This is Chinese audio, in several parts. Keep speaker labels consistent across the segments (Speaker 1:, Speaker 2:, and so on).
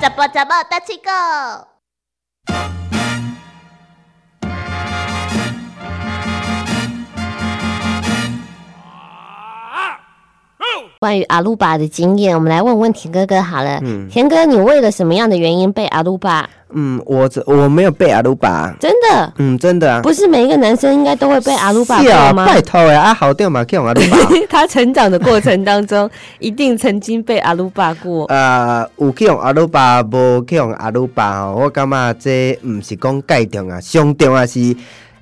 Speaker 1: 怎么怎么大七个？关于阿鲁巴的经验，我们来问问田哥哥好了。
Speaker 2: 嗯
Speaker 1: 田哥，你为了什么样的原因被阿鲁巴？
Speaker 2: 嗯，我这我没有被阿鲁巴，
Speaker 1: 真的
Speaker 2: 嗯，真的啊，
Speaker 1: 不是每一个男生应该都会被阿鲁巴
Speaker 2: 是
Speaker 1: 过
Speaker 2: 啊，
Speaker 1: 吗？
Speaker 2: 拜托哎，啊，好掉嘛，叫阿鲁巴，
Speaker 1: 他成长的过程当中，一定曾经被阿鲁巴过。
Speaker 2: 呃，有叫阿鲁巴，无叫阿鲁巴吼，我感觉这毋是讲介重啊，上重啊是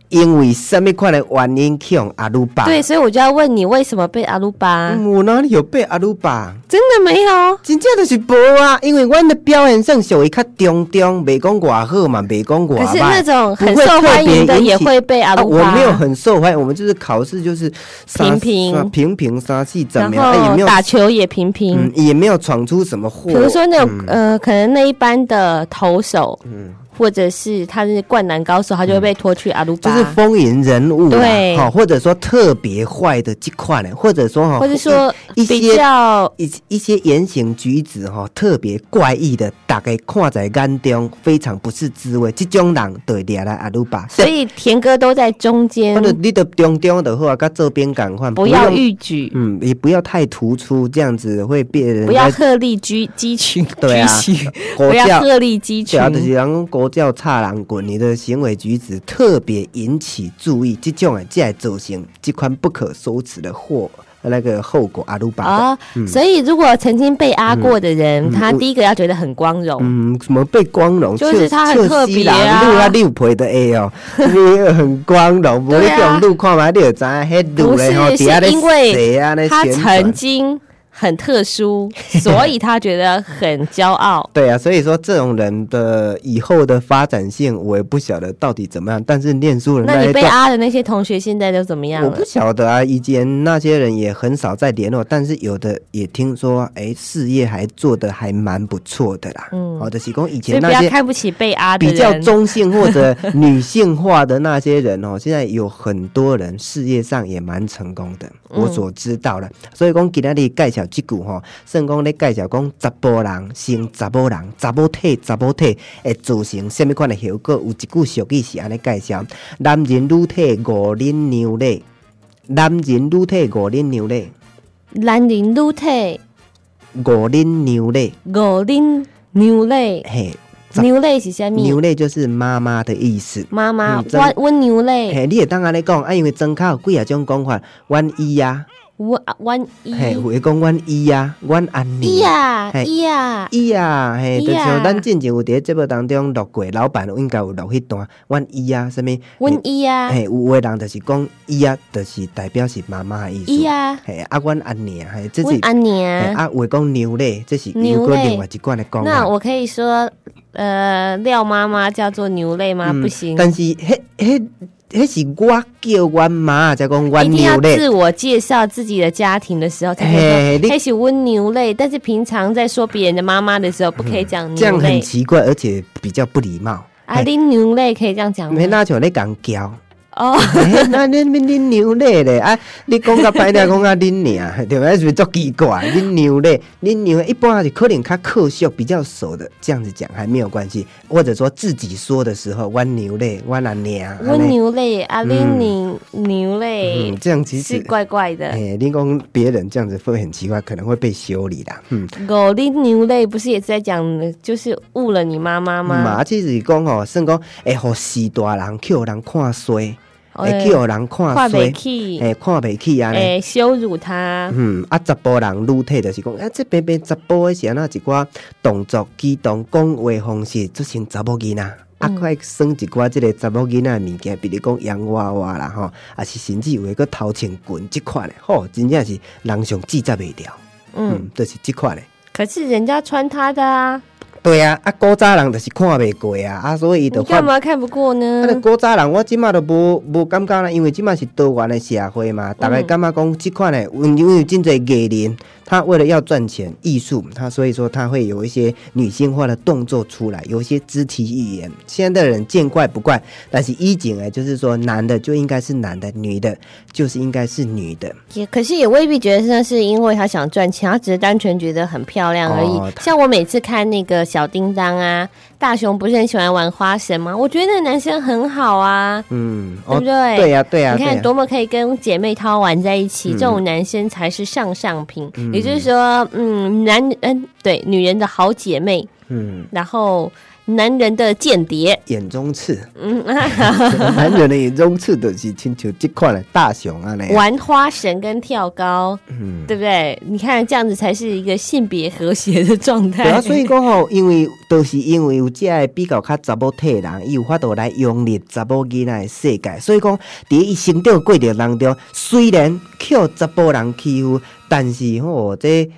Speaker 2: 因为什么款的原因叫阿鲁巴？
Speaker 1: 对，啊所以我就要问你，为什么被阿鲁巴？
Speaker 2: 啊嗯，我哪里有被阿鲁巴？
Speaker 1: 真的没有？
Speaker 2: 真正就是无啊，因为阮的表演算属于较中中，袂讲偌好嘛，袂讲偌
Speaker 1: 可
Speaker 2: 歹。
Speaker 1: 是那种很
Speaker 2: 不会
Speaker 1: 受欢迎
Speaker 2: 特
Speaker 1: 的
Speaker 2: 别引起
Speaker 1: 也会被阿
Speaker 2: 啊，
Speaker 1: 鲁
Speaker 2: 我
Speaker 1: 巴。
Speaker 2: 没有很受欢迎，我们就是考试就是
Speaker 1: 平平
Speaker 2: 杀平平杀气怎么样？啊
Speaker 1: 然
Speaker 2: 也没
Speaker 1: 后
Speaker 2: 有
Speaker 1: 打球也平平。
Speaker 2: 嗯，也没有闯出什么祸。
Speaker 1: 比如说那种、呃，可能那一班的投手，
Speaker 2: 嗯
Speaker 1: 或者是他是灌篮高手，他就会被拖去阿鲁
Speaker 2: 就
Speaker 1: 巴，
Speaker 2: 是风云人物啦，
Speaker 1: 对
Speaker 2: 好，或者说特别坏的这款呢，或者说哈，
Speaker 1: 或者说
Speaker 2: 一些
Speaker 1: 比较
Speaker 2: 一一些言行举止哈、特别怪异的，大家看在眼中非常不是滋味。这种人对掠来阿鲁巴，
Speaker 1: 所以田哥都在中间
Speaker 2: 或，者你的中中的话，跟这边赶快
Speaker 1: 不要
Speaker 2: 用
Speaker 1: 逾矩，
Speaker 2: 嗯，也不要太突出，这样子会被人
Speaker 1: 不要
Speaker 2: 家
Speaker 1: 鹤立鸡鸡群，
Speaker 2: 对啊
Speaker 1: 居群，
Speaker 2: 国
Speaker 1: 不要
Speaker 2: 教。
Speaker 1: 鹤立鸡群
Speaker 2: 对啊，。就是人讲国教差人滚，你的行为举止特别引起注意，这种啊，才会造成这款不可收拾的祸，那个后果阿鲁巴的。
Speaker 1: 啊、所以如果曾经被阿过的人，他第一个要觉得很光荣，
Speaker 2: 嗯，什么被光荣？
Speaker 1: 就是它很特别啊
Speaker 2: 路啊六倍的 A 哦，你很光荣。无你
Speaker 1: 对啊
Speaker 2: 用路看嘛，你就知影迄路
Speaker 1: 不是
Speaker 2: 嘞吼，底下
Speaker 1: 是
Speaker 2: 咧
Speaker 1: 因为
Speaker 2: 谁啊咧
Speaker 1: 他
Speaker 2: 旋
Speaker 1: 曾
Speaker 2: 转。
Speaker 1: 经很特 殊，所以他觉得很骄傲。
Speaker 2: 对啊，所以说这种人的以后的发展性，我也不晓得到底怎么样。但是念书人
Speaker 1: 那
Speaker 2: 一
Speaker 1: 你被
Speaker 2: 段，
Speaker 1: 阿的那些同学现在都怎么样
Speaker 2: 我
Speaker 1: 了
Speaker 2: 不？晓得啊。以前那些人也很少在联络，但是有的也听说，哎，事业还做得还蛮不错的啦。
Speaker 1: 嗯
Speaker 2: 嗯，好的，喜公
Speaker 1: 所
Speaker 2: 以
Speaker 1: 以
Speaker 2: 前
Speaker 1: 不
Speaker 2: 那
Speaker 1: 要
Speaker 2: 些
Speaker 1: 看不起被阿啊的
Speaker 2: 比较
Speaker 1: 人。
Speaker 2: 中性 或者女性化的那些人哦，现在有很多人事业上也蛮成功的，
Speaker 1: 嗯
Speaker 2: 我所知道的。所以讲今天你介绍这句吼，算讲咧介绍讲查甫人生查甫人，查某体查某体会造成什么款的后果？有一句俗语是安尼介绍：男人女体五斤牛肋，男人女体五斤牛肋，
Speaker 1: 兰陵撸腿，
Speaker 2: 五斤牛肋，
Speaker 1: 狗拎牛 泪，
Speaker 2: 嘿，十
Speaker 1: 牛泪是啥物？
Speaker 2: 牛肋就是妈妈的意思。
Speaker 1: 妈妈
Speaker 2: 嗯真
Speaker 1: 温温牛泪，
Speaker 2: 嘿，你会当安尼讲，啊，因为庄口有几啊种讲法，阮姨啊，
Speaker 1: 温温
Speaker 2: 嘿，有
Speaker 1: 一，
Speaker 2: 会讲阮姨啊，阮安
Speaker 1: 一
Speaker 2: 妮。
Speaker 1: 呀
Speaker 2: 嘿
Speaker 1: 一呀，
Speaker 2: 伊啊，嘿，
Speaker 1: 伊
Speaker 2: 就
Speaker 1: 啊
Speaker 2: 像咱之前有伫节目当中录过，老板应该有录迄段，阮伊啊，什物，
Speaker 1: 温一呀
Speaker 2: 嘿，有诶人就是讲伊啊，就是代表是妈妈的意思，
Speaker 1: 一呀，
Speaker 2: 嘿，啊，阮安妮啊，嘿，这
Speaker 1: 温
Speaker 2: 是，
Speaker 1: 安
Speaker 2: 嘿啊
Speaker 1: 娘。
Speaker 2: 啊，有诶讲牛咧，这是
Speaker 1: 牛
Speaker 2: 又搁
Speaker 1: 肋
Speaker 2: 另外一款诶讲法。
Speaker 1: 那我可以说，呃，廖妈妈叫做牛肋吗？
Speaker 2: 嗯
Speaker 1: 不行，
Speaker 2: 但是迄迄迄是我叫阮妈才讲阮
Speaker 1: 一定要
Speaker 2: 牛咧。
Speaker 1: 自我介绍自己的家庭的时候才可
Speaker 2: 嘿
Speaker 1: 以说
Speaker 2: 你
Speaker 1: 开始温牛肋，但是平常在说别人的妈妈的时候，不可以讲
Speaker 2: 这
Speaker 1: 牛
Speaker 2: 样很
Speaker 1: 肋。
Speaker 2: 奇怪，而且比较不礼貌。
Speaker 1: 啊，
Speaker 2: 嘿
Speaker 1: 拎牛肋可以这样讲吗？
Speaker 2: 没那像你讲 娇，
Speaker 1: 哦，
Speaker 2: 嘿哎那恁恁恁牛奶咧啊！你讲较歹听，讲较恁娘， 对吧？是不是足奇怪？恁牛奶，恁牛奶一般是可能较客秀、比较熟的，这样子讲还没有关系。或者说自己说的时候，弯牛奶，弯阿娘，
Speaker 1: 温
Speaker 2: 安尼
Speaker 1: 牛肋啊，拎牛牛肋
Speaker 2: 嗯，这样其
Speaker 1: 是
Speaker 2: 实。
Speaker 1: 怪怪的。
Speaker 2: 哎，你讲别人这样子会很奇怪，可能会被修理啦。嗯，
Speaker 1: 狗拎牛肋不是也是在讲，就是误了你妈妈吗？
Speaker 2: 嘛，啊即是讲吼，算讲会互士大人、去互人看衰，
Speaker 1: 哦
Speaker 2: 会去互人看
Speaker 1: 跨北
Speaker 2: 啊衰，
Speaker 1: 去，
Speaker 2: 哎，看袂起安尼。
Speaker 1: 哎，羞辱他，
Speaker 2: 嗯，啊，查甫人女体就是讲，啊，这边边查甫的是安那一寡动作、举动、讲话方式，做成查某囡仔。啊，快耍一寡即个查某囡仔的物件，比如讲洋娃娃啦吼，啊是甚至有诶个头穿裙即款诶，吼，真正是人上记载袂掉，
Speaker 1: 嗯，
Speaker 2: 嗯，就是即款诶。
Speaker 1: 可是人家穿他的啊，
Speaker 2: 对啊，啊古早人就是看袂过啊，啊所以伊就
Speaker 1: 你
Speaker 2: 发
Speaker 1: 干嘛看不过
Speaker 2: 啊，
Speaker 1: 呢
Speaker 2: 就？古早人，我即马都无无感
Speaker 1: 嗯
Speaker 2: 觉啦，因为即马是多元的社会嘛，逐个感觉讲即款的，因为有真侪艺人，他为了要赚钱，艺术他所以说他会有一些女性化的动作出来，有一些肢体语言。现在的人见怪不怪，但是一景哎，就是说男的就应该是男的，女的就是应该是女的。
Speaker 1: 也可是也未必觉得那是因为他想赚钱，他只是单纯觉得很漂亮而已。
Speaker 2: 哦他
Speaker 1: 像我每次看那个小叮当啊，大雄不是很喜欢玩花神吗？我觉得那个男生很好啊，
Speaker 2: 嗯，
Speaker 1: 对
Speaker 2: 哦，
Speaker 1: 不对？
Speaker 2: 对呀、对呀、
Speaker 1: 你
Speaker 2: 对呀、
Speaker 1: 看多么可以跟姐妹淘玩在一起，
Speaker 2: 嗯
Speaker 1: 这种男生才是上上品。也就是说，嗯，男嗯对女人的好姐妹，
Speaker 2: 嗯，
Speaker 1: 然后男人的间谍，
Speaker 2: 眼中刺，
Speaker 1: 嗯，
Speaker 2: 男人的眼中刺就是亲像这款的大熊啊嘞。
Speaker 1: 玩花神跟跳高，
Speaker 2: 嗯
Speaker 1: 对不对？你看这样子才是一个性别和谐的状态。
Speaker 2: 对啊，所以讲吼，因为都是因为有这个比较较查某体的人，伊有法度来融入查某囡仔的世界，所以讲伫伊成长过程当中，虽然靠查甫人欺负，但是吼、这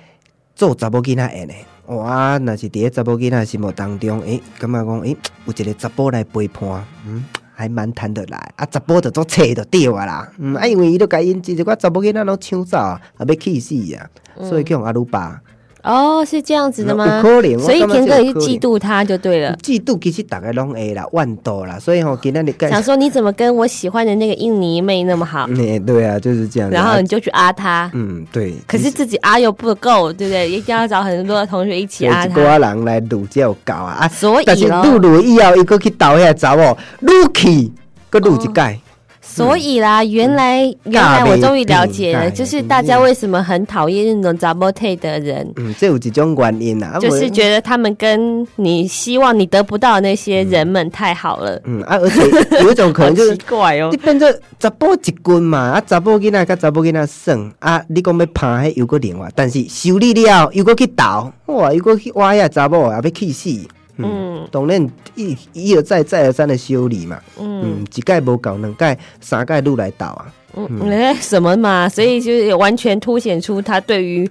Speaker 2: 做查某囡仔会呢。哇，若是伫咧查某囡仔的心目当中，诶、感觉讲，诶、嗯有一个查甫来陪伴，嗯，还蛮谈得来。啊，查甫就做找就对啊啦，嗯，啊，因为伊都甲因即个查某囡仔拢抢走啊，啊，要气死啊，所以叫阿鲁巴。
Speaker 1: 哦，是这样子的
Speaker 2: 有
Speaker 1: 吗？
Speaker 2: 可能啊
Speaker 1: 所以
Speaker 2: 我感
Speaker 1: 田
Speaker 2: 觉
Speaker 1: 哥
Speaker 2: 这
Speaker 1: 也
Speaker 2: 有
Speaker 1: 是
Speaker 2: 可能
Speaker 1: 嫉妒他就对了，
Speaker 2: 嫉妒其实大家拢会啦，万多啦，所以吼、今天你介
Speaker 1: 想
Speaker 2: 绍，
Speaker 1: 说你怎么跟我喜欢的那个印尼妹那么好，
Speaker 2: 嗯，对啊，就是这样子。
Speaker 1: 然后
Speaker 2: 啊
Speaker 1: 你就去阿他。
Speaker 2: 嗯，对。
Speaker 1: 可是
Speaker 2: 其实
Speaker 1: 自己阿又不够，对不对？一定要找很多的同学一起
Speaker 2: 有
Speaker 1: 阿
Speaker 2: 一
Speaker 1: 他。
Speaker 2: 挂人来撸才有够啊，啊，
Speaker 1: 所以
Speaker 2: 但是
Speaker 1: 咯，
Speaker 2: 撸撸以后，伊佫去投遐查某，撸去，佫撸一
Speaker 1: 哦
Speaker 2: 届。
Speaker 1: 所以啦，原来原来我终于了解
Speaker 2: 大
Speaker 1: 了，
Speaker 2: 美
Speaker 1: 就是大家为什么很讨厌那种 double take 的人，
Speaker 2: 嗯，这有一种原因啦，啊
Speaker 1: 就是
Speaker 2: 不
Speaker 1: 觉得他们跟你希望你得不到的那些人们太好了，
Speaker 2: 嗯啊，而且有一种可
Speaker 1: 好
Speaker 2: 能就
Speaker 1: 奇
Speaker 2: 是。
Speaker 1: 怪哦
Speaker 2: 你。变做查甫一棍嘛，啊查甫囡仔甲查甫囡仔耍，啊你讲要拍迄又个另外，但是修理了又佫去投，哇又佫去挖遐查某，也要气死。
Speaker 1: 嗯
Speaker 2: 当然一一而再再而三的修理嘛，
Speaker 1: 嗯
Speaker 2: 嗯，一届无够，两届、三届愈来倒 啊，
Speaker 1: 嗯，哎、什么嘛？所以就是完全凸显出他对于。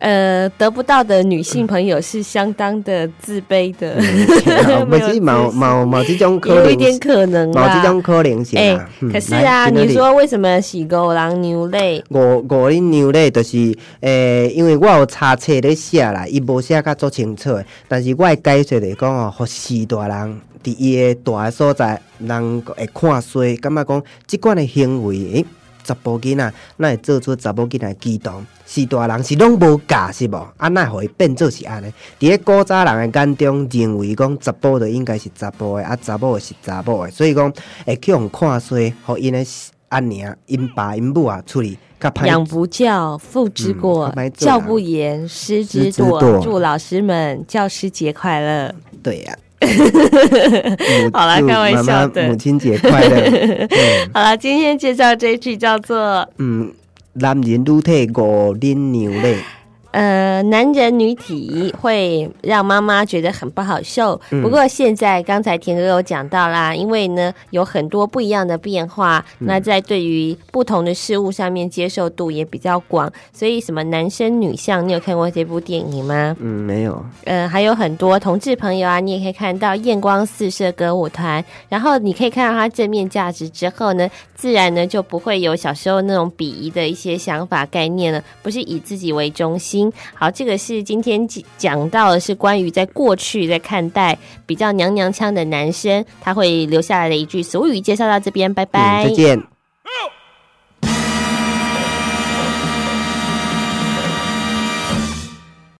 Speaker 1: 呃，得不到的女性朋友是相当的自卑的，没有
Speaker 2: 不是嘛
Speaker 1: 自信
Speaker 2: 嘛嘛这种嗯可
Speaker 1: 有
Speaker 2: 能
Speaker 1: 一点
Speaker 2: 性，
Speaker 1: 可能
Speaker 2: 嘛这
Speaker 1: 啦。
Speaker 2: 种可能性啊。嗯
Speaker 1: 可是啊，
Speaker 2: 来今
Speaker 1: 你
Speaker 2: 天
Speaker 1: 说为什么洗狗狼牛泪？
Speaker 3: 我
Speaker 2: 五零娘咧，就是诶、因为我有查册咧写啦，伊无写甲足清楚的，但是我的解释来讲哦，互士大人伫伊诶大的所在，人会看衰，感觉讲即款的行为，诶、查甫囡仔哪会做出查某囡仔的举动？是大人是拢无教是无？啊，哪会互伊变做是安尼？伫咧古早人的眼中，认为讲查甫就应该是查甫的，啊查某的是查某的，所以讲会去互看衰，互因的安尼啊，因爸因母啊处理较歹
Speaker 1: 养不教，父之过
Speaker 2: 嗯还，蛮重
Speaker 1: 教
Speaker 2: 要
Speaker 1: 不严，师之
Speaker 2: 师之
Speaker 1: 惰。
Speaker 2: 惰
Speaker 1: 祝老师们教师节快乐！
Speaker 2: 对 呀、
Speaker 1: 好啦
Speaker 2: 母
Speaker 1: 开玩
Speaker 2: 祝妈
Speaker 1: 笑
Speaker 2: 妈
Speaker 1: 的
Speaker 2: 母亲节 快乐。嗯
Speaker 1: 好了，今天介绍这一句叫做
Speaker 2: 嗯，男人女体五零牛嘞，
Speaker 1: 呃，男人女体会让妈妈觉得很不好受。不过现在刚才田哥有讲到啦，因为呢有很多不一样的变化，那在对于不同的事物上面接受度也比较广，所以什么男生女相，你有看过这部电影吗？
Speaker 2: 嗯，没有，
Speaker 1: 呃，还有很多同志朋友啊，你也可以看到艳光四射歌舞团，然后你可以看到它正面价值之后呢，自然呢就不会有小时候那种鄙夷的一些想法概念了，不是以自己为中心。好，这个是今天讲讲到的是关于在过去在看待比较娘娘腔的男生，他会留下来的一句俗语，介绍到这边，拜拜，
Speaker 2: 嗯，再见。